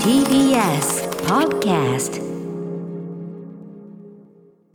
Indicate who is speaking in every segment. Speaker 1: TBS Podcast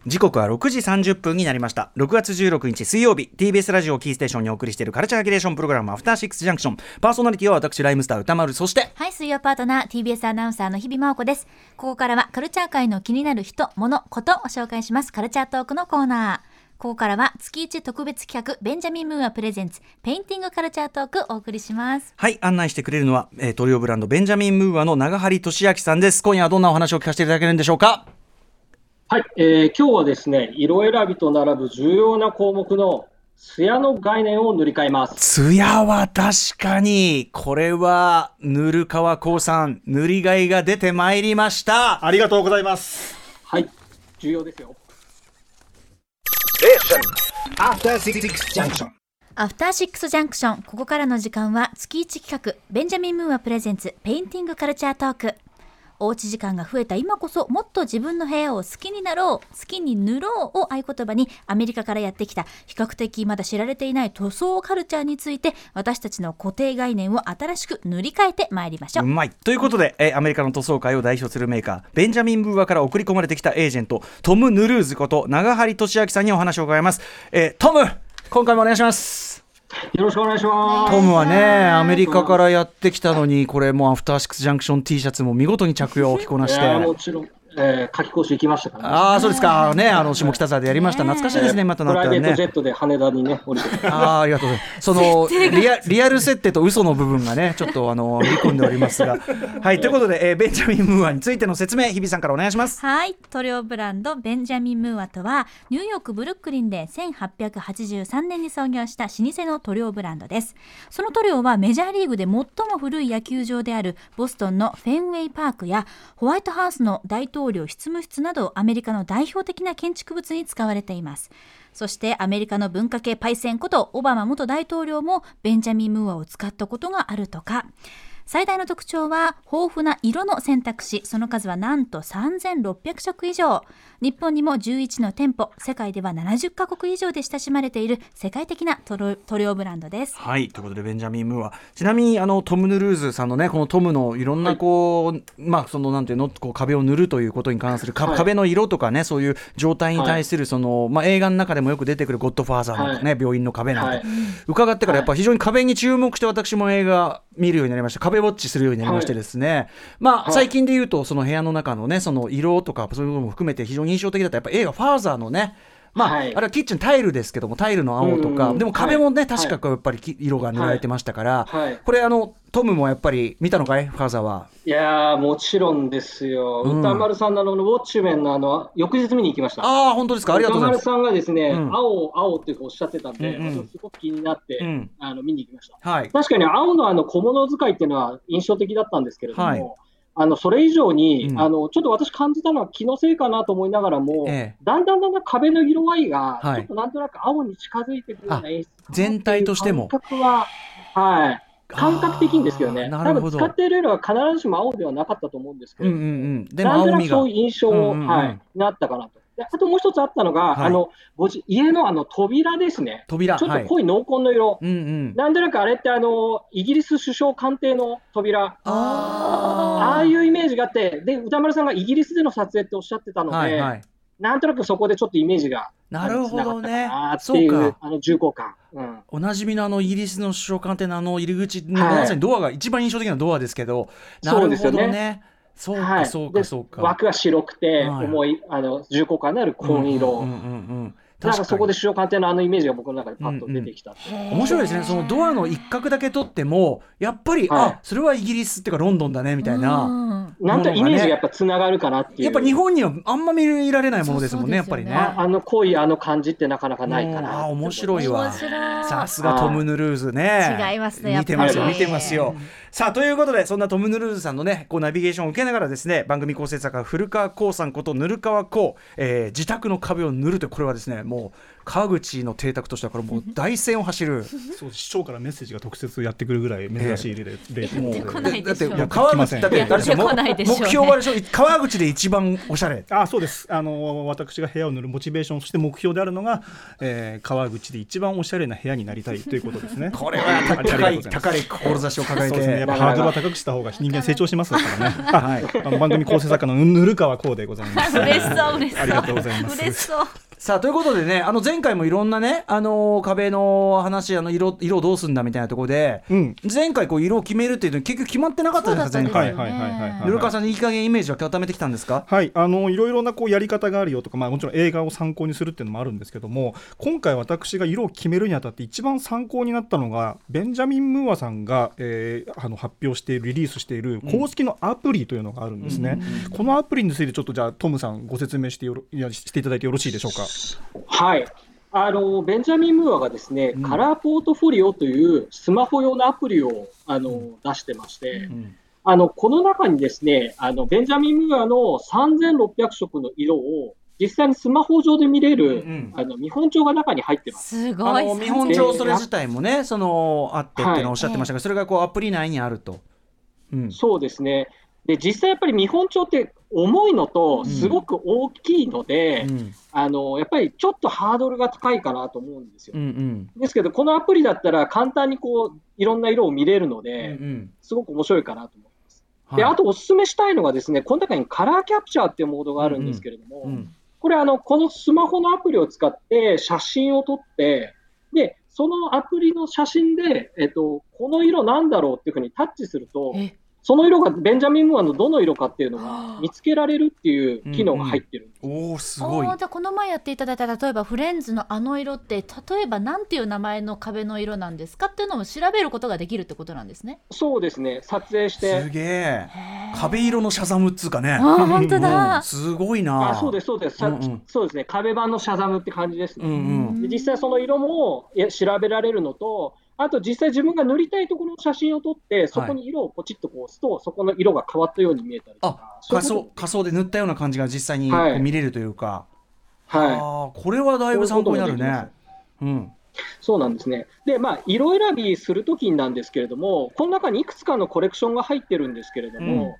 Speaker 2: 時刻は6時30分になりました6月16日水曜日 TBS ラジオをキーステーションにお送りしているカルチャーキュレーションプログラム「アフターシックスジャンクション」パーソナリティは私ライムスター歌丸そして
Speaker 3: はい、水曜パートナー、TBS アナウンサーの日々真央子です。ここからはカルチャー界の気になる人、物、ことを紹介しますカルチャートークのコーナー。ここからは月一特別企画、ベンジャミン・ムーアプレゼンツ、ペインティングカルチャートークお送りします。
Speaker 2: はい案内してくれるのは、えー、トリオブランドベンジャミン・ムーアの長張俊明さんです今夜はどんなお話を聞かせていただけるんでしょうか
Speaker 4: はい、えー今日はですね、色選びと並ぶ重要な項目の艶の概念を塗り替えます。
Speaker 2: ツヤは確かにこれは塗る川光さん塗りがいが出てまいりました
Speaker 5: ありがとうございます。
Speaker 4: はい、重要ですよ。
Speaker 3: アフターシックスジャンクション、ここからの時間は月一企画、ベンジャミン・ムーアプレゼンツ、ペインティングカルチャートーク。おうち時間が増えた今こそもっと自分の部屋を好きになろう好きに塗ろうを合言葉にアメリカからやってきた比較的まだ知られていない塗装カルチャーについて私たちの固定概念を新しく塗り替えてまいりましょ
Speaker 2: う
Speaker 3: う。
Speaker 2: まいということで、えーアメリカの塗装界を代表するメーカーベンジャミン・ブーアから送り込まれてきたエージェントトム・ヌルーズこと長張俊明さんにお話を伺います、えートム今回もお願いします
Speaker 4: よろしくお願いします。
Speaker 2: トムはねアメリカからやってきたのにこれもうアフターシックス・ジャンクション T シャツも見事に着用を着こないして
Speaker 4: やーもちろん、えー、夏季講習行きましたからね。
Speaker 2: ああそうですかねあの下北沢でやりました懐かしいですねまた
Speaker 4: プ
Speaker 2: なった
Speaker 4: ラ
Speaker 2: ら
Speaker 4: イベートジェ
Speaker 2: ね
Speaker 4: ットで羽田にね、降りて きた
Speaker 2: あーありがとうございます。そのリアリアル設定と嘘の部分がね、ちょっとあの見込んでおりますが、はいということで、えーベンジャミン・ムーアについての説明、日比さんからお願いします。
Speaker 3: はい塗料ブランドベンジャミン・ムーアとはニューヨーク・ブルックリンで1883年に創業した老舗の塗料ブランドですその塗料はメジャーリーグで最も古い野球場であるボストンのフェンウェイ・パークやホワイトハウスの大統領執務室などアメリカの代表的な建築物に使われていますそしてアメリカの文化系パイセンことオバマ元大統領もベンジャミン・ムーアを使ったことがあるとか最大の特徴は豊富な色の選択肢その数はなんと3600色以上日本にも11の店舗世界では70カ国以上で親しまれている世界的な塗料塗料ブランドです
Speaker 2: はいということでベンジャミン・ムーアちなみにあのトム・ヌルーズさんのねこのトムのいろんなこう、まあそのなんていうのこう壁を塗るということに関するか、
Speaker 4: はい
Speaker 2: 壁の色とかねそういう状態に対するその、まあ、映画の中でもよく出てくる「ゴッドファーザー」のね、
Speaker 4: はい
Speaker 2: 病院の壁なんて、
Speaker 4: はい
Speaker 2: 伺ってからやっぱ非常に壁に注目して私も映画見るようになりました壁ウォッチするようになりましてですね、まあ、
Speaker 4: はい
Speaker 2: 最近で言うとその部屋の中のねその色とかそういうのも含めて非常に印象的だったやっぱ映画「ファーザー」のねまあ、
Speaker 4: はい
Speaker 2: あれはキッチンタイルですけどもタイルの青とか
Speaker 4: うん
Speaker 2: でも壁もね、
Speaker 4: はい
Speaker 2: 確かやっぱりき色が塗られてましたから、
Speaker 4: はい
Speaker 2: これあのトムもやっぱり見たのかいファーザーはい
Speaker 4: やー、もちろんですよ。
Speaker 2: うん
Speaker 4: 歌丸さんのあのウォッチメンのあの翌日見に行きました。
Speaker 2: ああ本当ですかありがとうございます
Speaker 4: 歌丸さんがですね、
Speaker 2: うん
Speaker 4: 青、青っておっしゃってたんで、
Speaker 2: うんうん
Speaker 4: 私すごく気になって、
Speaker 2: うん
Speaker 4: あの見に行きました。
Speaker 2: はい
Speaker 4: 確かに青のあの小物使いっていうのは印象的だったんですけれども、
Speaker 2: はい
Speaker 4: あのそれ以上に、
Speaker 2: うん
Speaker 4: あのちょっと私感じたのは気のせいかなと思いながらも、
Speaker 2: ええ
Speaker 4: だんだんだんだん壁の色合いが、
Speaker 2: はい
Speaker 4: ちょっとなんとなく青に近づいてくるような演出かなっていう
Speaker 2: 全体としても
Speaker 4: 感覚は、はい、感覚的にですけど
Speaker 2: あー
Speaker 4: ね、
Speaker 2: な
Speaker 4: 多
Speaker 2: るほ
Speaker 4: 分
Speaker 2: ど
Speaker 4: 使っている色は必ずしも青ではなかったと思うんですけ
Speaker 2: うん
Speaker 4: れ
Speaker 2: う
Speaker 4: ど
Speaker 2: ん
Speaker 4: も、
Speaker 2: うんでも青
Speaker 4: なんとなく
Speaker 2: みが
Speaker 4: そういう印象を、
Speaker 2: うんうんうん
Speaker 4: はい、なったかなと。であともう一つあったのが、
Speaker 2: はい
Speaker 4: あのごじ家のあの扉ですね、
Speaker 2: 扉
Speaker 4: ちょっ
Speaker 2: は
Speaker 4: と
Speaker 2: い
Speaker 4: 濃い濃紺の色。
Speaker 2: うんうん
Speaker 4: なんとなくあれってあのイギリス首相官邸の扉ああ
Speaker 2: あ
Speaker 4: いうイメージがあってで歌丸さんがイギリスでの撮影っておっしゃってたの
Speaker 2: あ
Speaker 4: で、
Speaker 2: はいはい
Speaker 4: なんとなくそこでちょっとイメージが
Speaker 2: なるほどね
Speaker 4: あの繋
Speaker 2: そう
Speaker 4: がったかなってい
Speaker 2: か
Speaker 4: うあの重厚感、うん、
Speaker 2: おなじみのあのイギリスの首相官邸のあの入り口の
Speaker 4: はい
Speaker 2: まさにドアが一番印象的なドアですけど、な
Speaker 4: そう
Speaker 2: る
Speaker 4: で
Speaker 2: ほ
Speaker 4: すよ
Speaker 2: ど
Speaker 4: ね
Speaker 2: ね。そう
Speaker 4: は
Speaker 2: か
Speaker 4: い
Speaker 2: そうか
Speaker 4: で
Speaker 2: そうか。
Speaker 4: 枠が白くて
Speaker 2: はい
Speaker 4: 重い、あの重厚感のある紺色、
Speaker 2: うんうんうんうん
Speaker 4: なんかそこで
Speaker 2: 確かに
Speaker 4: 首相官邸のあのイメージが僕の中でパッと出てきたっていう
Speaker 2: 面白いですね。そのドアの一角だけ取ってもやっぱり、
Speaker 4: はい
Speaker 2: あそれはイギリスっていうかロンドンだねみたいな。
Speaker 3: な
Speaker 4: なんとイメージがやっぱつながるかなっていう。
Speaker 2: やっぱ日本にはあんま見られないものですもんねやっ
Speaker 3: そ
Speaker 2: ぱ
Speaker 3: うそうで
Speaker 2: り
Speaker 3: すよ
Speaker 2: ね
Speaker 3: ね。
Speaker 4: ああの濃いあの感じってなかなかないか
Speaker 2: うん
Speaker 4: な。
Speaker 2: あ面白いわ
Speaker 3: 面白い
Speaker 2: さすがトム・ヌルーズね。
Speaker 3: 違いますねやっ
Speaker 2: 見
Speaker 3: ぱり
Speaker 2: てますよ、見てますよ。さあ、ということで、そんなトム・ヌルーズさんのね、こうナビゲーションを受けながらですね、番組構成作家、古川光さんこと、ぬるかわこう、えー自宅の壁を塗るという、これはですね、もう、川口の邸宅としては、これもう大戦を走 る。
Speaker 5: そう市長からメッセージが直接やってくるぐらい珍しい例で、例というこ
Speaker 3: こ
Speaker 5: とで
Speaker 3: ないで
Speaker 2: だって、
Speaker 3: しょう
Speaker 2: もう川口、だって、
Speaker 3: やって
Speaker 2: もう
Speaker 3: こないでしょうね
Speaker 2: 目標はあれでしょ、川口で一番おしゃれ。
Speaker 5: あそうですあの私が部屋を塗るモチベーションそして目標であるのが、えー、川口で一番おしゃれな部屋になりたいということです ね。
Speaker 2: これは
Speaker 5: ありが
Speaker 2: 高
Speaker 5: とう
Speaker 2: い、
Speaker 5: ございます
Speaker 2: 高い志を抱え
Speaker 5: そうですねやっぱハードルは高くした方が人間成長しますからね。
Speaker 2: は
Speaker 5: はい
Speaker 2: い、
Speaker 5: あの番組構成作家のぬるかわこうでございま す。
Speaker 3: 嬉しそう嬉しそう
Speaker 5: ありがとうございます
Speaker 3: 嬉しそう
Speaker 2: さあということでねあの前回もいろんなね、あのー壁の話あの色色どうすんだみたいなところで、
Speaker 5: うん
Speaker 2: 前回こう色を決めるっていうの結局決まってなかったじゃないですか
Speaker 3: そう
Speaker 2: 前
Speaker 3: だった
Speaker 2: 回
Speaker 5: は
Speaker 3: ね
Speaker 5: いはいはいはいはい。
Speaker 2: ぬるかわさんにいい加減イメージは固めてきたんですか
Speaker 5: はい、あのいろいろなこうやり方があるよとか、まあ、もちろん映画を参考にするっていうのもあるんですけども今回私が色を決めるにあたって一番参考になったのがベンジャミン・ムーアさんが、えーあの発表しているリリースしている公式のアプリというのがあるんですね、このアプリについてちょっとじゃあトムさんご説明してよろいやしていただいてよろしいでしょうか。
Speaker 4: はい。あの、ベンジャミン・ムーアがですね、カラーポートフォリオというスマホ用のアプリをあの出してまして、
Speaker 2: ん
Speaker 4: あの、この中にですね、あの、ベンジャミン・ムーアの3600色の色を実際にスマホ上で見れ
Speaker 2: う
Speaker 4: る、
Speaker 2: ん
Speaker 4: あの、見本帳が中に入ってます。
Speaker 3: す
Speaker 2: あ
Speaker 3: ごい
Speaker 2: の見本帳それ自体もねそのあってっていうのをおっしゃってましたが、どそれがこうアプリ内にあると。うん
Speaker 4: そうですね。で、実際やっぱり見本帳って重いのと、すごく大きいので、
Speaker 2: うん
Speaker 4: あの、やっぱりちょっとハードルが高いかなと思うんですよ。
Speaker 2: うんうん
Speaker 4: ですけど、このアプリだったら簡単にこう、いろんな色を見れる
Speaker 2: う
Speaker 4: の
Speaker 2: んう
Speaker 4: で、
Speaker 2: ん
Speaker 4: すごく面白いかなと思います。
Speaker 2: はい
Speaker 4: で、あとおすすめしたいのがですね、この中にカラーキャプチャーっていうモードがあるんですけれども、
Speaker 2: うん
Speaker 4: これあの、このスマホのアプリを使って写真を撮って、で、そのアプリの写真で、えっと、この色なんだろうっていうふうにタッチすると
Speaker 3: え、
Speaker 4: その色がベンジャミン・ムーアのどの色かっていうのが見つけられるっていう機能が入ってるんです。
Speaker 2: おおす
Speaker 3: あ
Speaker 2: ごい
Speaker 3: ー。じゃあこの前やっていただいた例えばフレンズのあの色って例えばなんていう名前の壁の色なんですかっていうのを調べることができるってことなんですね。
Speaker 4: そうですね、撮影し
Speaker 2: す
Speaker 4: て。
Speaker 2: げえ。
Speaker 3: へー
Speaker 2: 壁色のシャザムっつうかね
Speaker 3: あ。ー本当
Speaker 2: う
Speaker 3: だ
Speaker 2: ん。すごいな。
Speaker 4: あそうです、そうです、さ
Speaker 2: うんうん
Speaker 4: そうですね、壁版のシャザムって感じですね。
Speaker 2: うんうん。
Speaker 4: で実際その色もいや調べられるのと、あと実際自分が塗りたいところの写真を撮って、そこに色をポチッとこう押すと、そこの色が変わったように見えたりと
Speaker 2: あ
Speaker 4: か、そう
Speaker 2: 仮
Speaker 4: いうこと
Speaker 2: 想仮想で塗ったような感じが実際にこ
Speaker 4: は
Speaker 2: う
Speaker 4: い
Speaker 2: 見れるというか。
Speaker 4: は
Speaker 2: ああこれはだいぶ参考になる
Speaker 4: そういうこと
Speaker 2: ね
Speaker 4: もで。
Speaker 2: うん。
Speaker 4: い、そうなんですね。で、まあ、色選びするときになんですけれども、この中にいくつかのコレクションが入ってるんですけれども、
Speaker 2: うん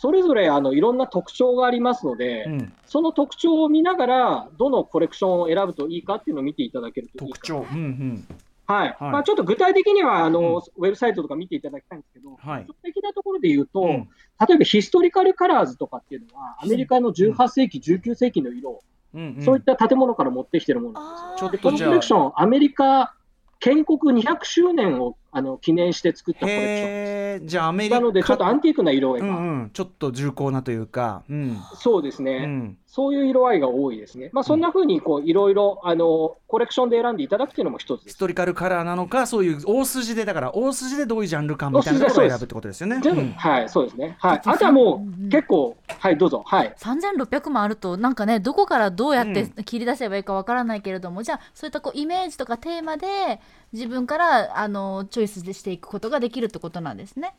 Speaker 4: それぞれあのいろんな特徴がありますので、
Speaker 2: うん。
Speaker 4: その特徴を見ながら、どのコレクションを選ぶといいかっていうのを見ていただけるといい
Speaker 2: 特
Speaker 4: か
Speaker 2: 徴。うんうん。
Speaker 4: はい
Speaker 2: はい
Speaker 4: まあ、ちょっと具体的にはあの、
Speaker 2: うん
Speaker 4: ウェブサイトとか見ていただきたいんですけど、
Speaker 2: はい
Speaker 4: 特徴的なところで言うと、
Speaker 2: うん
Speaker 4: 例えばヒストリカルカラーズとかっていうのは、アメリカの18世紀、19世紀の色を、
Speaker 2: うんうん。
Speaker 4: そういった建物から持ってきてるものなんですよ。
Speaker 3: あ
Speaker 2: ちょっ
Speaker 3: ー
Speaker 2: と
Speaker 4: でこのコレクション、アメリカ建国200周年をあの記念して作ったコレクションで
Speaker 2: へえ。じゃあアメ
Speaker 4: す。
Speaker 2: リ
Speaker 4: な
Speaker 2: カ。
Speaker 4: ので、ちょっとアンティークな色合いうが、
Speaker 2: んうん。ちょっと重厚なというか。うん。
Speaker 4: そうです
Speaker 2: う
Speaker 4: ね、
Speaker 2: ん。
Speaker 4: そういう色合いが多いですね。まあ、そんな風にこういろいろあのコレクションで選んでいただくっていうのも一つで
Speaker 2: ヒス
Speaker 4: す。
Speaker 2: トリカルカラーなのか、そういう大筋で、だから大筋でどういうジャンルかみたいなところを選ぶってことですよね。
Speaker 4: じゃあ
Speaker 2: うん
Speaker 4: はい、そうですね。
Speaker 3: だ
Speaker 4: は
Speaker 3: っ
Speaker 4: い、
Speaker 3: てさ
Speaker 4: あとはも
Speaker 3: うんう
Speaker 4: うん結構、はい、どうぞ。はい。
Speaker 3: 3600もあるとなんかねどこからどうやって切り出せばいいかわからないけれども、じゃあそういったこうイメージとかテーマで自分からあのチョイスしていくことができるってことなんですね。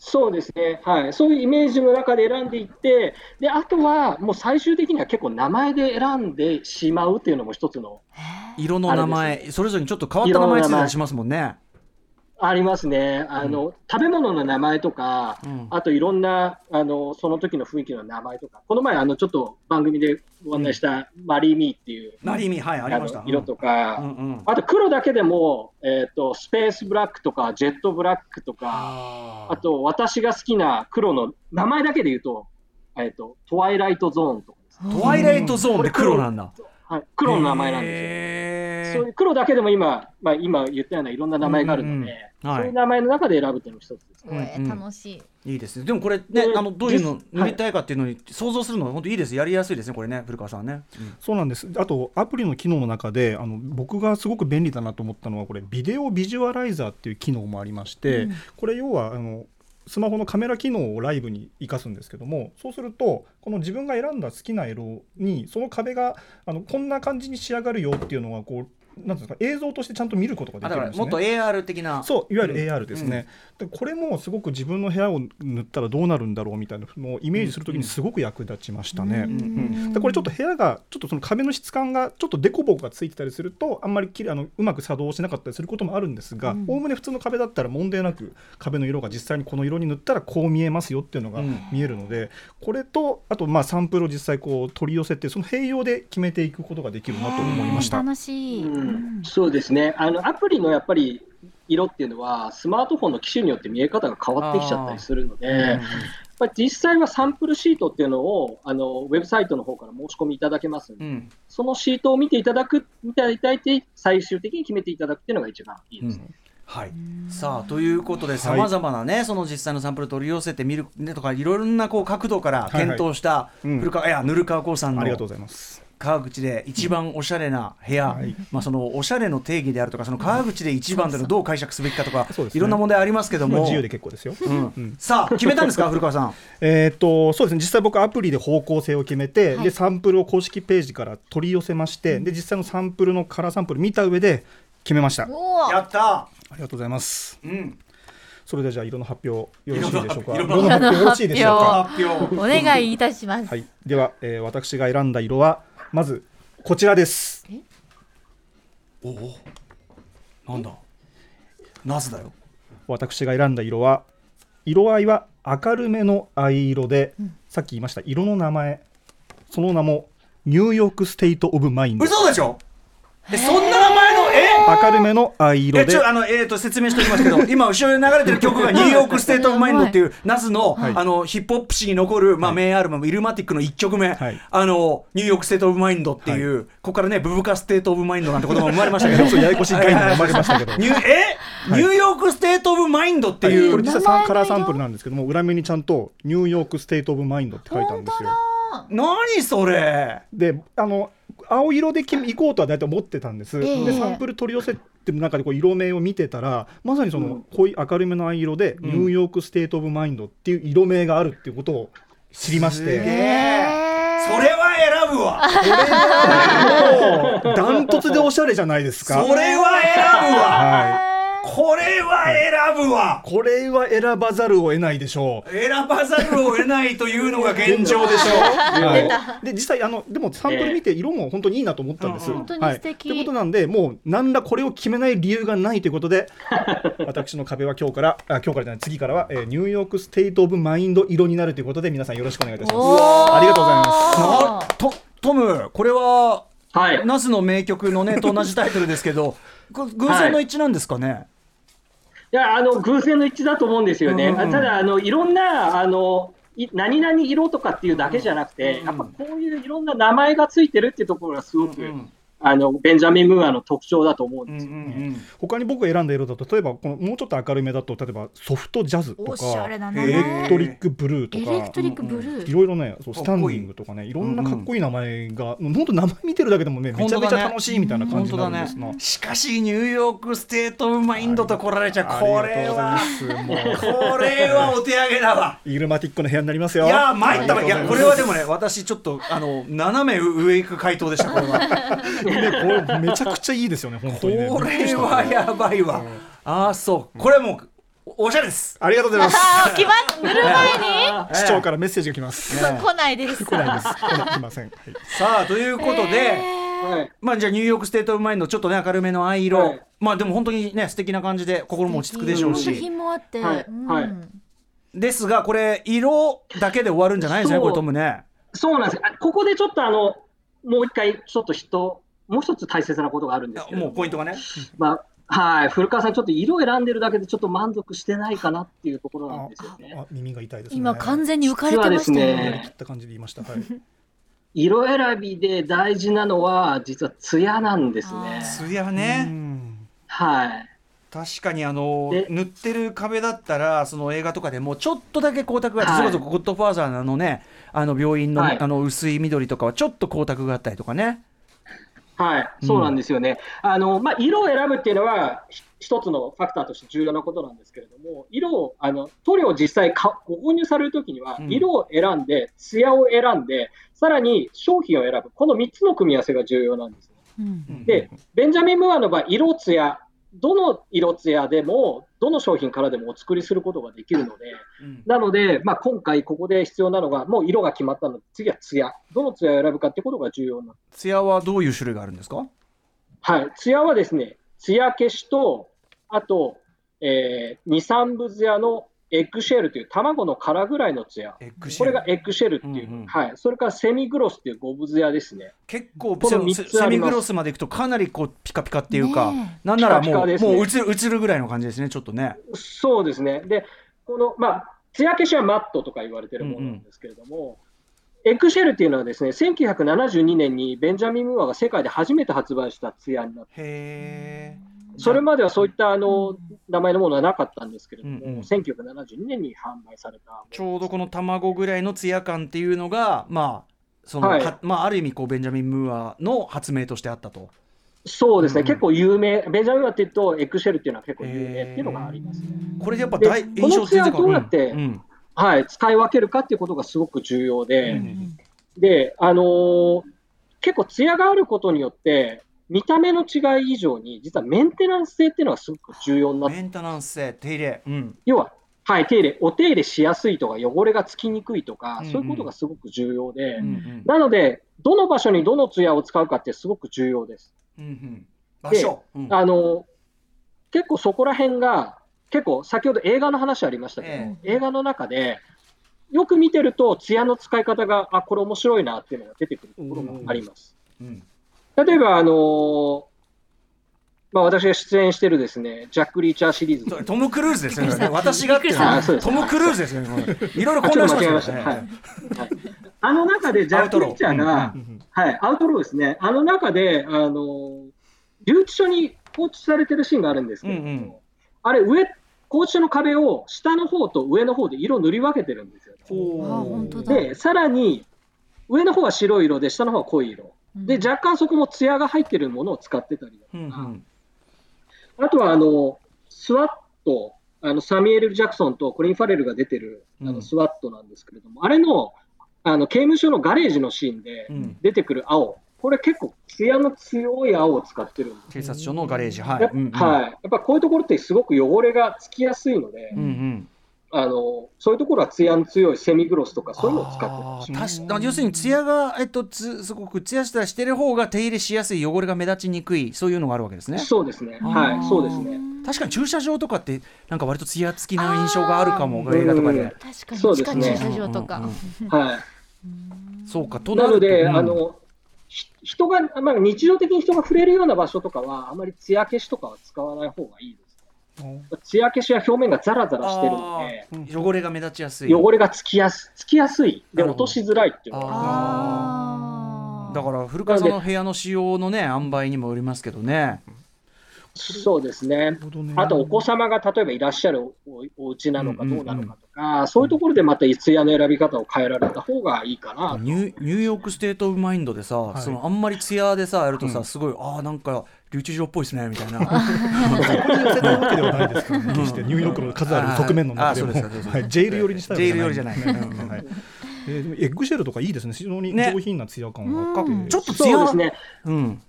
Speaker 4: そうですね、はい、そういうイメージの中で選んでいって、であとはもう最終的には結構、名前で選んでしまうっていうのも一つの
Speaker 2: 色の名
Speaker 4: あ
Speaker 2: 前、それぞれにちょっと変わった名前ついてたりしますもんね。
Speaker 4: ありますね、あの食べ物の名前とか、
Speaker 2: うん
Speaker 4: あといろんなあのその時の雰囲気の名前とか、この前、あのちょっと番組でご案内した、マリー・ミーっていう
Speaker 2: マリーミー、はい、ありました
Speaker 4: あ。の色とか、
Speaker 2: うんうん。
Speaker 4: あと黒だけでも、えーと、スペースブラックとか、ジェットブラックとか。
Speaker 2: あ
Speaker 4: あと私が好きな黒の名前だけで言うと、えっと、トワイライトゾーンとかですね
Speaker 2: トワイライトゾーンで黒なんだ。
Speaker 4: はい、黒の名前なんですよ。
Speaker 2: です
Speaker 4: そういう黒だけでも今、まあ、今言ったようないろんな名前があるので、
Speaker 2: うんうんはい
Speaker 4: そういう名前の中で選ぶっていうのも一つですね。
Speaker 2: うんうん
Speaker 3: えー楽しい。
Speaker 2: いいですね。でもこれね、
Speaker 4: で
Speaker 2: あのどういうの
Speaker 4: です
Speaker 2: 塗りたいかっていうのに想像するのは本当いいです。やりやすいですね。これね、古川さんね。
Speaker 5: そうなんですあとアプリの機能の中であの僕がすごく便利だなと思ったのはこれビデオビジュアライザーっていう機能もありまして、これ要はあのスマホのカメラ機能をライブに生かすんですけどもそうするとこの自分が選んだ好きな色にその壁があのこんな感じに仕上がるよっていうのがこうなんていうんですか映像としてちゃんと見ることが
Speaker 2: あ
Speaker 5: で
Speaker 2: だか
Speaker 5: きる
Speaker 2: ら
Speaker 5: んです
Speaker 2: もっ
Speaker 5: ね
Speaker 2: と。AR 的な。
Speaker 5: そういわゆる
Speaker 2: うん
Speaker 5: AR ですね、でこれもすごく自分の部屋を塗ったらどうなるんだろうみたいなのをイメージするときにすごく役立ちましたね。
Speaker 2: ん
Speaker 5: でこれちょっと部屋がちょっとその壁の質感がちょっと凸凹がついてたりするとあんまりきれいあのうまく作動しなかったりすることもあるんですがおおむね普通の壁だったら問題なく壁の色が実際にこの色に塗ったらこう見えますよっていうのが
Speaker 2: うん
Speaker 5: 見えるので、これとあとまあサンプルを実際こう取り寄せてその併用で決めていくことができるなと思いました。
Speaker 3: 楽しい。
Speaker 4: うんそうですねあのアプリのやっぱり色っていうのは、スマートフォンの機種によって見え方が変わってきちゃったりするので、やっぱり実際はサンプルシートっていうのをあのウェブサイトの方から申し込みいただけますので、
Speaker 2: うん
Speaker 4: そのシートを見ていただく、見ていただいて、最終的に決めていただくっていうのが一番いいですね。
Speaker 2: はい、さあということでさまざまなね、その実際のサンプル取り寄せてみるねとかいろいろなこう角度から検討した
Speaker 5: いはい
Speaker 2: 古川、いやぬるかわこうさんの
Speaker 5: ありがとうございます。
Speaker 2: 川口で一番おしゃれな部屋、
Speaker 5: はい
Speaker 2: まあ、そのおしゃれの定義であるとかその川口で一番というのをどう解釈すべきかとか、
Speaker 5: そうですね
Speaker 2: いろんな問題ありますけど
Speaker 5: まあ
Speaker 2: も
Speaker 5: 自由で結構ですよ。
Speaker 2: うん
Speaker 5: ん
Speaker 2: さあ決めたん ですか古川さん
Speaker 5: えー、とそうですね実際僕アプリで方向性を決めて、
Speaker 3: はい
Speaker 5: でサンプルを公式ページから取り寄せまして、で実際のサンプルのカラーサンプル見た上で決めましたあり
Speaker 3: おお
Speaker 2: やった、
Speaker 5: がとうございます
Speaker 2: うん、
Speaker 5: それではじゃあ色の発表よろしいでしょうか
Speaker 2: 色
Speaker 5: 色
Speaker 2: の
Speaker 5: の
Speaker 3: 発表
Speaker 5: 発表よろしいでしょうか
Speaker 2: 発表
Speaker 3: お願いいたします。
Speaker 5: はいでは、えー私が選んだ色はまずこちらです
Speaker 2: おおなんだナスだよ
Speaker 5: 私が選んだ色は色合いは明るめの藍色で、さっき言いました色の名前その名もニューヨークステイト・オブ・マインド
Speaker 2: 嘘でしょえそんな名前のえ
Speaker 5: 明るめの藍色
Speaker 2: え
Speaker 5: で
Speaker 2: ちょあのえー、と説明しておきます けど今後ろに流れてる曲が「ニューヨーク・ステート・オブ・マインド」っていうナスの,、
Speaker 5: はい
Speaker 2: あのヒップホップ史に残る、まあ、メインアルバム「イルマティック」の1曲目、
Speaker 5: はい
Speaker 2: あの「ニューヨーク・ステート・オブ・マインド」っていう、ここからね「ブブカ・ステート・オブ・マインド」なんて言葉も生まれましたけど
Speaker 5: そうややこしい概念が生まれましたけど
Speaker 2: ニュー え、ニューヨーク・ステート・オブ・マインドっていう、
Speaker 5: これ実は
Speaker 3: 名前の色
Speaker 5: サンカラーサンプルなんですけども裏面にちゃんと「ニューヨーク・ステート・オブ・マインド」って書いてあるんですよ。
Speaker 2: 何それ
Speaker 5: であの青色で決め行こうとは大体思ってたんです、
Speaker 3: ええ
Speaker 5: でサンプル取り寄せてる中でこう色名を見てたらまさにその濃い明るめの藍色で「ニューヨーク・ステート・オブ・マインド」っていう色名があるっていうことを知りまし
Speaker 2: すげ
Speaker 5: て
Speaker 2: えそれは選ぶわ
Speaker 5: もうダントツでおしゃれじゃないです
Speaker 2: そ
Speaker 5: か。
Speaker 2: れは選ぶわ
Speaker 5: はい
Speaker 2: これは選ぶわ
Speaker 5: これは選ばざるを得ないでしょう。
Speaker 2: 選ばざるを得ないというのが現状でしょ
Speaker 5: はい、で実際あのでもサンプル見て色も本当にいいなと思ったんです。
Speaker 2: うん本
Speaker 3: 当に素敵
Speaker 5: はい、ってことなんでもう何らこれを決めない理由がないというこ とで私の壁は今日からあ今日からじゃない次からは、えーニューヨークステイトオブマインド色になるということで皆さんよろしくお願いいたします。ありがとうございます
Speaker 2: なとトムこれは
Speaker 4: はい、
Speaker 2: ナスの名曲のねと同じタイトルですけどこ偶然の一致なんですかね、
Speaker 4: いやあの偶然の一致だと思うんですよね、
Speaker 2: うんうん
Speaker 4: ただあの、いろんなあのい何々色とかっていうだけじゃなくて、
Speaker 2: うん
Speaker 4: やっぱこういういろんな名前がついてるってところがすごく、
Speaker 2: うん
Speaker 4: あのベンジャミン・ムーアの特徴だと思うんですよ、
Speaker 5: 他に僕が選んだ色だと例えばこのもうちょっと明るめだと例えばソフトジャズと
Speaker 3: お
Speaker 5: か
Speaker 3: しゃれな名
Speaker 5: エ
Speaker 2: え
Speaker 5: レ
Speaker 2: ー
Speaker 5: ク
Speaker 3: 前。
Speaker 5: トリックブルーと
Speaker 3: エ
Speaker 5: か。
Speaker 3: レクトリックブル
Speaker 5: い
Speaker 3: ー。
Speaker 5: ろいろね、そう
Speaker 2: か
Speaker 5: ス
Speaker 2: っ
Speaker 5: タンデ
Speaker 2: こいい
Speaker 5: ィングとかね、いろんなかっこいい名前が、もう本当名前見てるだけでもね、め
Speaker 2: 本
Speaker 5: ちゃ
Speaker 2: 当だね
Speaker 5: めちゃ楽しいみたいな感
Speaker 2: 本
Speaker 5: じ
Speaker 2: 当
Speaker 5: にな
Speaker 2: だ
Speaker 5: るんです
Speaker 2: ね
Speaker 5: な。
Speaker 2: しかしニューヨークステート・オブ・マインドと来られちゃ
Speaker 5: あ
Speaker 2: これは
Speaker 5: りがとうございます。もう
Speaker 2: これはお手上げだわ
Speaker 5: イグマティックの部屋になります
Speaker 2: い
Speaker 5: よ。
Speaker 2: や参ったわいやこれ
Speaker 5: は
Speaker 2: はでもね私ちょっとあの斜め上行く回答でしたこれは
Speaker 5: ね、これめちゃくちゃいいですよね、本当
Speaker 2: こ
Speaker 5: に、ね。びっくり
Speaker 2: れ
Speaker 5: した
Speaker 2: はやばいわああそうこれはもうおおしゃれです
Speaker 5: ありがとうございます。
Speaker 3: あー、来ます。塗る前に。
Speaker 5: 市長からメッセージが来ます。
Speaker 3: そう来ないです。
Speaker 5: 来ないです。来ません。はい
Speaker 2: さあということで、
Speaker 4: はい
Speaker 2: まあじゃあニューヨークステートオブマインドちょっとね明るめの藍色、
Speaker 4: はい
Speaker 2: まあでも本当にね素敵な感じで心も落ち着くでしょう
Speaker 3: 作
Speaker 2: し、
Speaker 3: 品もあって。
Speaker 4: はい
Speaker 3: うん
Speaker 4: はい
Speaker 2: ですがこれ色だけで終わるんじゃないですね
Speaker 4: そう
Speaker 2: これトムね
Speaker 4: そうなんですあここでちょっとあのもう一回、ちょっと人、もう一つ大切なことがあるんですけれど
Speaker 2: もうポイントがね
Speaker 4: まあはい、古川さん、ちょっと色を選んでるだけでちょっと満足してないかなっていうところなんですよね。
Speaker 5: あ、耳が痛いです、ね。
Speaker 3: 今完全に浮かれてました
Speaker 4: 実はです
Speaker 5: やり
Speaker 4: ね
Speaker 3: ね。
Speaker 5: 切った感じで言いました。はい。
Speaker 4: 色選びで大事なのは実は艶なんですね。
Speaker 2: 艶
Speaker 5: う
Speaker 2: ね
Speaker 5: ん
Speaker 4: はい。
Speaker 2: 確かにあの
Speaker 4: で
Speaker 2: 塗ってる壁だったらその映画とかでもちょっとだけ光沢があって、
Speaker 4: はい
Speaker 2: それこそ「ゴッドファーザー」のねあの病院の,、
Speaker 4: はい
Speaker 2: あの薄い緑とかはちょっと光沢があったりとかね
Speaker 4: はい、そうなんですよね。あのまあ、色を選ぶっていうのはひ一つのファクターとして重要なことなんですけれども、色をあの塗料を実際かご購入されるときには
Speaker 2: うん
Speaker 4: 色を選んで、艶を選んで、さらに商品を選ぶこの3つの組み合わせが重要なんです。
Speaker 3: うん
Speaker 4: で、ベンジャミン・ムーアの場合、色艶どの色艶でもどの商品からでもお作りすることができるので。
Speaker 2: うん
Speaker 4: なので、まあ、今回ここで必要なのが、もう色が決まったので、次は艶。どの艶を選ぶかってことが重要な。
Speaker 2: 艶はどういう種類があるんですか
Speaker 4: はい。艶はですね、艶消しと、あと、えー、二三分艶のエッグシェルという卵の殻ぐらいのツヤ、
Speaker 2: エッグシ
Speaker 4: こ
Speaker 2: ェ
Speaker 4: れ
Speaker 2: ル
Speaker 4: がエッグシェルっていう、
Speaker 2: うんうん
Speaker 4: はい、それからセミグロスっていうゴブツヤですね。
Speaker 2: 結構
Speaker 4: この三
Speaker 2: セ
Speaker 4: つ
Speaker 2: セ
Speaker 4: あ
Speaker 2: ミ
Speaker 4: ります
Speaker 2: グロスまでいくとかなりこうピカピカっていうか、
Speaker 3: ね
Speaker 2: なんならも
Speaker 4: ピカピ
Speaker 2: う
Speaker 4: カですね
Speaker 2: もう映る映るぐらいの感じですねちょっとね。
Speaker 4: そうですね。で、この、まあ、艶消しはマットとか言われてるものなんですけれども、エッグシェルっていうのはですね、1972年にベンジャミン・ムーアが世界で初めて発売した艶になって、
Speaker 2: へえ。
Speaker 4: それまではそういったあの名前のものはなかったんですけれども、
Speaker 2: うんうん
Speaker 4: 1972年に販売された。
Speaker 2: ちょうどこの卵ぐらいのツヤ感っていうのがまあその、
Speaker 4: はい
Speaker 2: かまあある意味こうベンジャミン・ムーアの発明としてあったと。
Speaker 4: そうですね、
Speaker 2: うん
Speaker 4: 結構有名、ベンジャミン・ムーアっていうと、エッグシェルっていうのは結構有名っていうのがありますね。
Speaker 2: これでやっぱ
Speaker 4: で
Speaker 2: 大
Speaker 4: こ
Speaker 2: 印
Speaker 4: の
Speaker 2: 象全然変わる。
Speaker 4: 艶どうやって
Speaker 2: うんうん
Speaker 4: はい、使い分けるかっていうことがすごく重要で。
Speaker 2: うん
Speaker 4: で、あのー結構ツヤがあることによって、見た目の違い以上に、実はメンテナンス性っていうのがすごく重要になって、
Speaker 2: メンテナンス性手入れ。うん。
Speaker 4: 要は、はい、手入れ、お手入れしやすいとか、汚れがつきにくいとか
Speaker 2: うんうん、
Speaker 4: そういうことがすごく重要で、
Speaker 2: うんうん
Speaker 4: なので、どの場所にどのツヤを使うかってすごく重要です。
Speaker 2: うんうん。場
Speaker 4: で
Speaker 2: 所。うん
Speaker 4: あのー結構そこら辺が、結構先ほど映画の話ありましたけど、
Speaker 2: え
Speaker 4: 映画の中で、よく見てると、ツヤの使い方が、あ、これ面白いなっていうのが出てくるところがあります。
Speaker 2: えうん
Speaker 4: 例えば、あのーまあ、私が出演してるですね、ジャック・リーチャーシリーズ
Speaker 2: トトム・クルーズですよね。私がっていうの
Speaker 4: びっくりしたあそ
Speaker 2: は
Speaker 4: うです
Speaker 2: トム・クルーズですよ ね。これいろいろ混乱しましたね。
Speaker 4: あちょっと間違えましたはいあの中でジャック・リーチャー
Speaker 2: ア
Speaker 4: が
Speaker 2: ウ、
Speaker 4: はい、アウトローですね、あの中で、あのー留置所に放置されてるシーンがあるんですけれども、
Speaker 2: うんうん
Speaker 4: あれ、上、拘置所の壁を下の方と上の方で色塗り分けてるんですよ。
Speaker 2: ほう
Speaker 3: あ本当だ
Speaker 4: で、さらに、上の方は白い色で、下の方は濃い色。で、
Speaker 3: ゃ
Speaker 4: 若干そこも艶が入ってるものを使ってたりだとか、
Speaker 2: うんうん
Speaker 4: あとはあのスワットあのサミュエル・ジャクソンとコリン・ファレルが出てるあ
Speaker 2: う
Speaker 4: の
Speaker 2: ん
Speaker 4: スワットなんですけれども、あれのあの刑務所のガレージのシーンで
Speaker 2: うん
Speaker 4: 出てくる青、これ結構、艶の強い青を使ってるんです。
Speaker 2: 警察署のガレージ。はい。
Speaker 4: やっ
Speaker 2: うんうん
Speaker 4: はい、やっぱこういうところってすごく汚れがつきやすいので、
Speaker 2: うんうん、
Speaker 4: あのそういうところは艶の強いセミグロスとかそういうのを使ってま
Speaker 2: あ
Speaker 4: す
Speaker 2: ー確か要するに艶が、えっと、つすごく艶したらしてる方が手入れしやすい汚れが目立ちにくいそういうのがあるわけですね
Speaker 4: そうですね、
Speaker 2: あ
Speaker 4: は
Speaker 2: ー
Speaker 4: い、そうですね。
Speaker 2: 確かに駐車場とかってなんか割と艶付きの印象があるかも
Speaker 3: あー
Speaker 2: 映画とか
Speaker 4: うん
Speaker 2: で
Speaker 3: 確かに
Speaker 4: そう
Speaker 3: 地
Speaker 4: です
Speaker 3: 下
Speaker 4: ね
Speaker 3: 駐車場とか、
Speaker 2: うんうん
Speaker 4: はい
Speaker 2: そうかと
Speaker 4: な
Speaker 2: ると
Speaker 4: ので、
Speaker 2: うん
Speaker 4: あのひ人が、まあ、日常的に人が触れるような場所とかは、あまり艶消しとかは使わない方がいいです。艶消しは表面がザラザラしてるので、
Speaker 2: 汚れが目立ちやすい
Speaker 4: 汚れがつきやすつきやすい、で
Speaker 2: なる
Speaker 4: 落
Speaker 2: ほど
Speaker 4: としづらいっていうのが、
Speaker 2: あ
Speaker 3: あー
Speaker 2: ーだから古川さんの部屋の仕様のね塩梅にもよりますけどね
Speaker 4: そうですね。あと、お子様が例えばいらっしゃるおお家なのかどうなのかとか、そういうところでまた艶の選び方を変えられた方がいいかなと。
Speaker 2: ニューニューヨーク・ステート・オブ・マインドでさ、
Speaker 5: い
Speaker 2: そのあんまり艶でさやるとさ、
Speaker 5: うん
Speaker 2: すごいああんか留置場っぽいですねみたいな
Speaker 5: これに寄せたわけではないですからね、決してニューヨークの数ある側面の中でも、
Speaker 2: あーそうですそうです
Speaker 5: はい、ジェイル寄りにしたわけ
Speaker 2: ジェイル寄りじゃないうんうん
Speaker 5: はいえーでもエッグシェルとかいいですね、非常に
Speaker 2: ね
Speaker 5: 上品な艶感があって、
Speaker 3: うん
Speaker 2: ちょっと艶
Speaker 4: そうですね。
Speaker 2: うん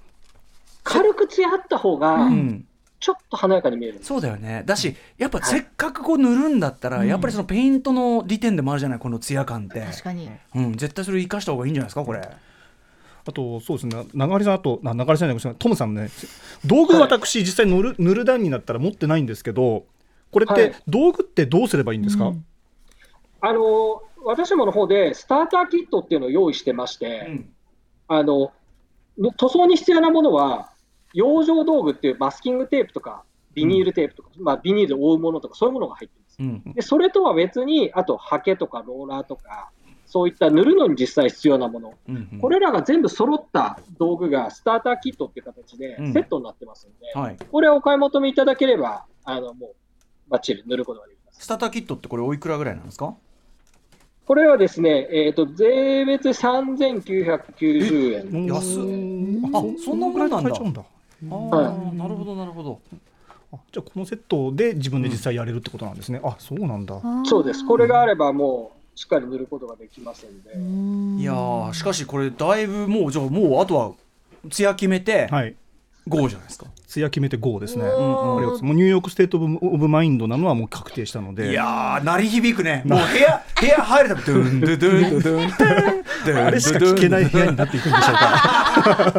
Speaker 4: 軽く艶あった方が
Speaker 2: う、ん
Speaker 4: ちょっと華やかに見えるんです。
Speaker 2: そうだよねだしやっぱせっかくこう塗るんだったら、やっぱりそのペイントの利点でもあるじゃないこの艶感って
Speaker 3: 確かに
Speaker 2: うん、絶対それ生かした方がいいんじゃないですかこれ
Speaker 5: あと、そうですね、流れさん、あと、な流れさんじゃなくて、トムさんもね、道具、私、実際塗る、塗る段になったら持ってないんですけど、これっ
Speaker 4: は
Speaker 5: て
Speaker 4: い、
Speaker 5: 道具ってどうすればいいんですか、
Speaker 3: うん
Speaker 4: あの私どもの方でスターターキットっていうのを用意してまして、あのの塗装に必要なものは養生道具っていうマスキングテープとかビニールテープとか、まあ、ビニールで覆うものとかそういうものが入ってます。
Speaker 2: うん
Speaker 4: でそれとは別にあとハケとかローラーとかそういった塗るのに実際必要なもの、
Speaker 2: うん
Speaker 4: これらが全部揃った道具がスターターキットっていう形で
Speaker 2: うん
Speaker 4: セットになってますので、
Speaker 2: はい
Speaker 4: これをお買い求めいただければあのもうバッチリ塗ることができます。
Speaker 2: スターターキットってこれおいくらぐらいなんですか
Speaker 4: これはですね、えー、と税別3990円、
Speaker 2: 安っあそんなもんなんだ
Speaker 5: 買えちゃうんだ
Speaker 2: ああ、
Speaker 4: は
Speaker 2: なるほどなるほど
Speaker 5: あじゃあこのセットで自分で実際やれるってことなんですね、あそうなんだ
Speaker 3: あー
Speaker 4: そうです、これがあればもうしっかり塗ることができますんで、
Speaker 3: うん
Speaker 2: いやーしかしこれだいぶもうじゃあもうあとは艶決めて、
Speaker 5: はい
Speaker 2: GO じゃないですか
Speaker 5: 艶決めて GO ですね、
Speaker 3: おー
Speaker 5: これをもうニューヨーク・ステート・オブ・オブマインドなのはもう確定したので
Speaker 2: いやー鳴り響くねもう部屋部屋入れたらドゥンドゥドゥンドゥンドゥンドゥン
Speaker 5: あれしか聞けない部屋に
Speaker 2: な
Speaker 5: なっていくんでしょう か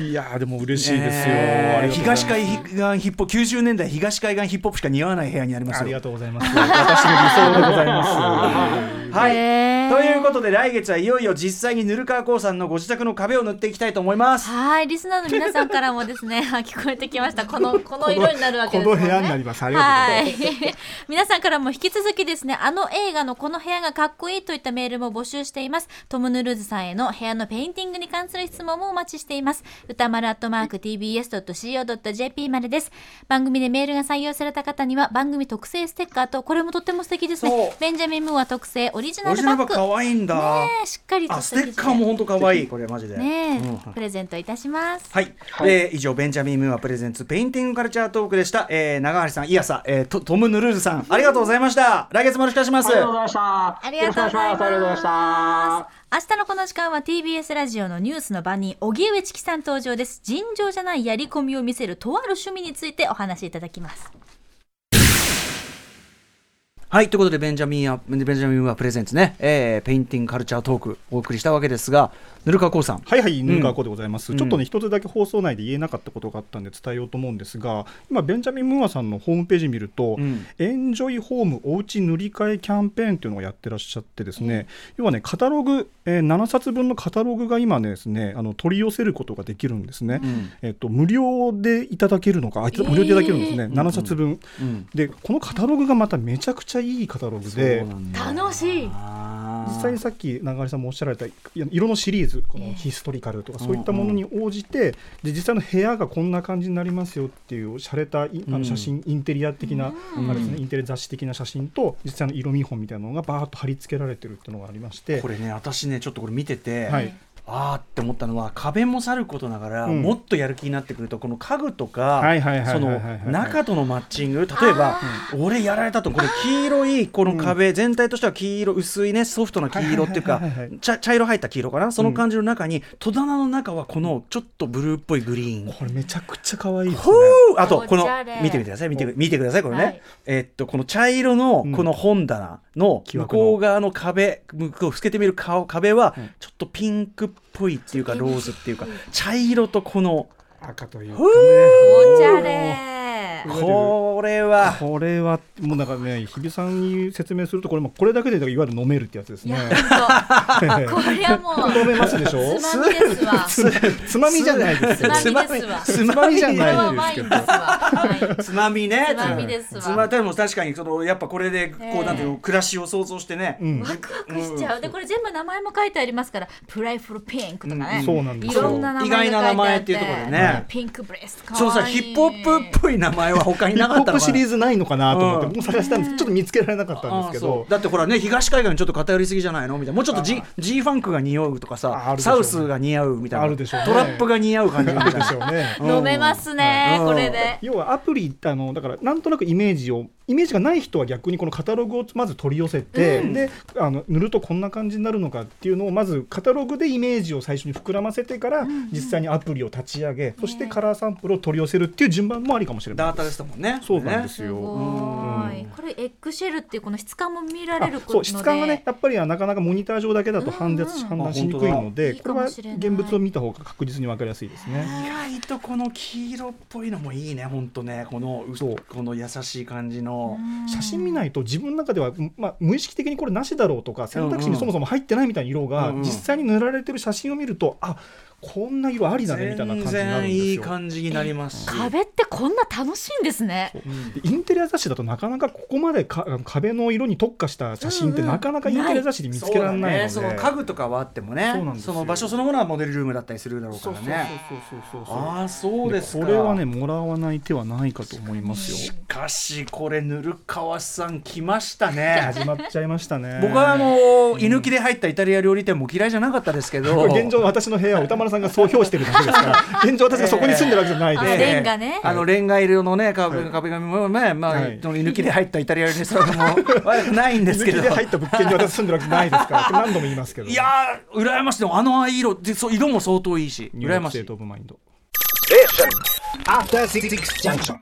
Speaker 5: いやーでも嬉しいですよ、ありがとうございます
Speaker 2: 東海岸ヒップホップ90年代東海岸ヒップホップしか似合わない部屋になります
Speaker 5: あり
Speaker 2: よ
Speaker 5: がとうござい ます私の理想でございます
Speaker 2: はい
Speaker 3: へー
Speaker 2: ということで来月はいよいよ実際にぬるかわこうさんのご自宅の壁を塗っていきたいと思います
Speaker 3: はい、リスナーの皆さんからもですね、 あ聞こえてきました。こ の、この色になるわけですも
Speaker 5: この
Speaker 3: ん
Speaker 5: 部
Speaker 3: ね。
Speaker 5: 屋になりますありがとうございます
Speaker 3: はい皆さんからも引き続きですねあの映画のこの部屋がかっこいいといったメールも募集していますトム・ヌルーズさんへの部屋のペインティングに関する質問もお待ちしています歌丸アットマーク TBS.CO.JP までです番組でメールが採用された方には番組特製ステッカーとこれもとっても素敵です
Speaker 2: そう
Speaker 3: ねベンジャミン・ムーア特製オリジナ
Speaker 2: オ
Speaker 3: ル
Speaker 2: リジナ
Speaker 3: バ
Speaker 2: ルバ
Speaker 3: ッ
Speaker 2: ッ
Speaker 3: グ
Speaker 2: グ可愛いんだ、
Speaker 3: ねえしっかりと
Speaker 2: あ
Speaker 3: した
Speaker 2: ス
Speaker 3: 生
Speaker 2: テ
Speaker 3: 地
Speaker 2: ッ
Speaker 3: で
Speaker 2: カーも本当可愛いこれマジで
Speaker 3: ねえ、
Speaker 2: うん
Speaker 3: プレゼントいたします
Speaker 2: はい、
Speaker 4: はい
Speaker 2: えー以上ベンジャミン・ムーアプレゼンツペインティングカルチャートークでした、えー、長橋さん、イヤさん、えートトム・ヌルーズさんありがとうございました来月もよろしくお願いします
Speaker 4: ありがとうございました。
Speaker 3: ありがとうございます。
Speaker 4: よろしくお願いしますありがとうございまし
Speaker 3: 明
Speaker 4: た。
Speaker 3: 日のこの時間は TBS ラジオのニュースの番人、荻上チキさん登場です。尋常じゃないやり込みを見せるとある趣味についてお話しいただきます。
Speaker 2: はいということでベンジャミンア・ベンジャミン・ムーアプレゼンツね、えーペインティングカルチャートークお送りしたわけですがぬるかこうさん
Speaker 5: はいはい、ヌーガーコでございます、
Speaker 2: うん
Speaker 5: ちょっとね、一つだけ放送内で言えなかったことがあったんで伝えようと思うんですが、今、ベンジャミン・ムーアさんのホームページ見ると、
Speaker 2: うん
Speaker 5: エンジョイホームおうち塗り替えキャンペーンっていうのをやってらっしゃって、ですね、要はね、カタログ、えー7冊分のカタログが今ねですねあの、取り寄せることができるんですね、
Speaker 2: うん
Speaker 5: えっと、無料でいただけるのか、あ無料でいただけるんですね、7冊分、
Speaker 2: うん
Speaker 5: で、このカタログがまためちゃくちゃいいカタログで。
Speaker 2: そうなんだ
Speaker 3: 楽しい。
Speaker 2: あー
Speaker 5: 実際にさっき長井さんもおっしゃられたい色のシリーズこのヒストリカルとかそういったものに応じてで実際の部屋がこんな感じになりますよっていう洒落たいあ
Speaker 2: うん
Speaker 5: の写真インテリア的な
Speaker 2: うん
Speaker 5: あれですねインテリア雑誌的な写真と実際の色見本みたいなのがバーッと貼り付けられてるっていうのがありまして
Speaker 2: これね私ねちょっとこれ見てて、
Speaker 5: はい
Speaker 2: あーって思ったのは壁もさることながら、
Speaker 5: うん
Speaker 2: もっとやる気になってくるとこの家具とか
Speaker 5: はいはいはいはい
Speaker 2: そ
Speaker 5: はい
Speaker 2: の
Speaker 5: はい
Speaker 2: 中とのマッチング例えば俺やられたとこれ黄色いこの壁、全体としては黄色薄いねソフトな黄色っていう
Speaker 5: は
Speaker 2: か
Speaker 5: いはいはいはい
Speaker 2: 茶茶色入った黄色かなその感じの中に、戸棚の中はこのちょっとブルーっぽいグリーン。
Speaker 5: これめちゃくちゃ可愛いです
Speaker 2: ほ
Speaker 5: ね
Speaker 2: うあとこの
Speaker 3: おしゃれ
Speaker 2: 見てみてください見て
Speaker 5: お
Speaker 2: 見てくださいこれね、
Speaker 3: はい
Speaker 2: えっとこの茶色の
Speaker 5: うん
Speaker 2: この本棚の
Speaker 5: 木
Speaker 2: 向
Speaker 5: 枠の
Speaker 2: こう側の壁向こう透けてみる顔壁は
Speaker 5: うん
Speaker 2: ちょっとピンクっぽいっていうかローズっていうか茶色とこの
Speaker 5: 赤というか
Speaker 2: ほう
Speaker 3: おしゃれ。
Speaker 2: これは
Speaker 5: これはもうなんかね日比さんに説明するとこれもこれだけでいわゆる飲めるってやつです
Speaker 3: い
Speaker 5: ね
Speaker 3: や、本当。これは も
Speaker 5: 飲めますでし
Speaker 3: う、
Speaker 5: ょ
Speaker 3: つまみですわ。
Speaker 5: つつまみじゃないですけど
Speaker 3: つまみですわ
Speaker 5: つまみじゃ
Speaker 3: これは
Speaker 5: ない
Speaker 3: ワイ
Speaker 5: ですけ
Speaker 3: ン
Speaker 5: ど
Speaker 3: ですわ。はい
Speaker 2: つまみね
Speaker 3: つまみですわ
Speaker 2: つまでも確かにそのやっぱこれでこう、
Speaker 3: ええ
Speaker 2: なんていうの暮らしを想像してね、
Speaker 5: うん
Speaker 3: ワクワクしちゃう。で、これ全部名前も書いてありますから、プライフルピンクとか
Speaker 5: う
Speaker 3: ね
Speaker 5: ん。そうなんですよ
Speaker 3: いろんな名前
Speaker 2: 意外な名前っていうところでね
Speaker 3: ピンクブレス。かわいい
Speaker 2: そうさヒップホップっぽい名前は他に
Speaker 5: ヒ
Speaker 2: な
Speaker 5: ップ
Speaker 2: か
Speaker 5: ホ
Speaker 2: った
Speaker 5: ッ
Speaker 2: の
Speaker 5: プ
Speaker 2: か
Speaker 5: シ
Speaker 2: な
Speaker 5: リーズないのかなと思って、
Speaker 2: うん
Speaker 5: もう探したんですちょっと見つけられなかったんですけ
Speaker 2: ああそ
Speaker 5: ど
Speaker 2: うだってほらね東海岸にちょっと偏りすぎじゃないのみたいなもうちょっと G, G ファンクが似合うとか
Speaker 5: あ
Speaker 2: さ、
Speaker 5: あるでしょ
Speaker 2: サ
Speaker 5: うね
Speaker 2: ウスが似合うみたいな
Speaker 5: あるでしょうね
Speaker 2: トラップが似合う感じみたい
Speaker 5: で
Speaker 2: な
Speaker 5: しょう ね
Speaker 2: うん
Speaker 3: 飲めますね、
Speaker 2: うん
Speaker 3: これで。
Speaker 5: 要はアプリあのだからなんとなくイメージをイメージがない人は逆にこのカタログをまず取り寄せて、であの塗るとこんな感じになるのかっていうのをまずカタログでイメージを最初に膨らませてから、実際にアプリを立ち上げ、そしてカラーサンプルを取り寄せるっていう順番もありかもしれな
Speaker 2: ダ
Speaker 5: い
Speaker 2: ータですもんね
Speaker 5: そうなんですす
Speaker 3: す
Speaker 5: よ。
Speaker 3: ご
Speaker 5: う
Speaker 3: い。
Speaker 5: ん
Speaker 3: これエッグシェルっていうこの質感も見られる
Speaker 5: あ
Speaker 3: こ
Speaker 5: そ
Speaker 3: と
Speaker 5: う質感がねやっぱりはなかなかモニター上だけだと判断
Speaker 3: うん
Speaker 5: し,、
Speaker 2: うん
Speaker 5: 判断しにくいの
Speaker 3: あ
Speaker 5: で
Speaker 3: 本当
Speaker 5: こ
Speaker 3: だ
Speaker 5: れは
Speaker 3: いかも
Speaker 5: い
Speaker 3: しれない
Speaker 5: 現物を見た方が確実に分かりやすいですね。
Speaker 2: 意外とこの黄色っぽいのもいいねほんとねこのうこの優しい感じの、
Speaker 5: 写真見ないと自分の中では、まあ、無意識的にこれなしだろうとか選択肢にそもそも入ってないみたいな色が、
Speaker 2: うんうん
Speaker 5: 実際に塗られてる写真を見るとあこんな色ありだねみたいな
Speaker 2: 全
Speaker 5: 感じにな
Speaker 2: 然
Speaker 5: るんですよ。
Speaker 2: いい感じになりますし
Speaker 3: 壁ってこんな楽しいんですね。
Speaker 5: でインテリア雑誌だとなかなかここまでかあの壁の色に特化した写真って
Speaker 3: うんうん
Speaker 5: なかなかインテリア雑誌で見つけられないので、
Speaker 2: そうだねその家具とかはあってもね
Speaker 5: そうなんですよ
Speaker 2: の場所そのものはモデルルームだったりするだろうからね
Speaker 5: そうそうそうそうそう
Speaker 2: ああそうですか
Speaker 5: これはねもらわない手はないかと思いますよ。
Speaker 2: しかしこれぬるかわさん来ましたね
Speaker 5: 始まっちゃいましたね。
Speaker 2: 僕はあの居抜きで入ったイタリア料理店も嫌いじゃなかったですけど
Speaker 5: これ 現状私の部屋は歌丸さんがそう評してるだけ ですから、現状私がそこに住んでるわけじゃない
Speaker 3: ええ
Speaker 5: で
Speaker 3: レンガね
Speaker 2: あのレンガ色のね壁
Speaker 5: はい
Speaker 2: 壁紙もねまあ
Speaker 5: はい
Speaker 2: その居抜きで入ったイタリア料理店 も悪くないんですけ
Speaker 5: 抜き
Speaker 2: ど
Speaker 5: で入った物件に私住んでるわけじゃないで すから、何度も言いますけど。
Speaker 2: いやー羨ましいのあの色でそう色も相当いいし
Speaker 5: ニュー
Speaker 2: 羨
Speaker 5: ヨーク
Speaker 2: ま
Speaker 5: ステ
Speaker 2: し
Speaker 5: ー
Speaker 2: い
Speaker 5: トオブマインド。
Speaker 6: After Six Junction.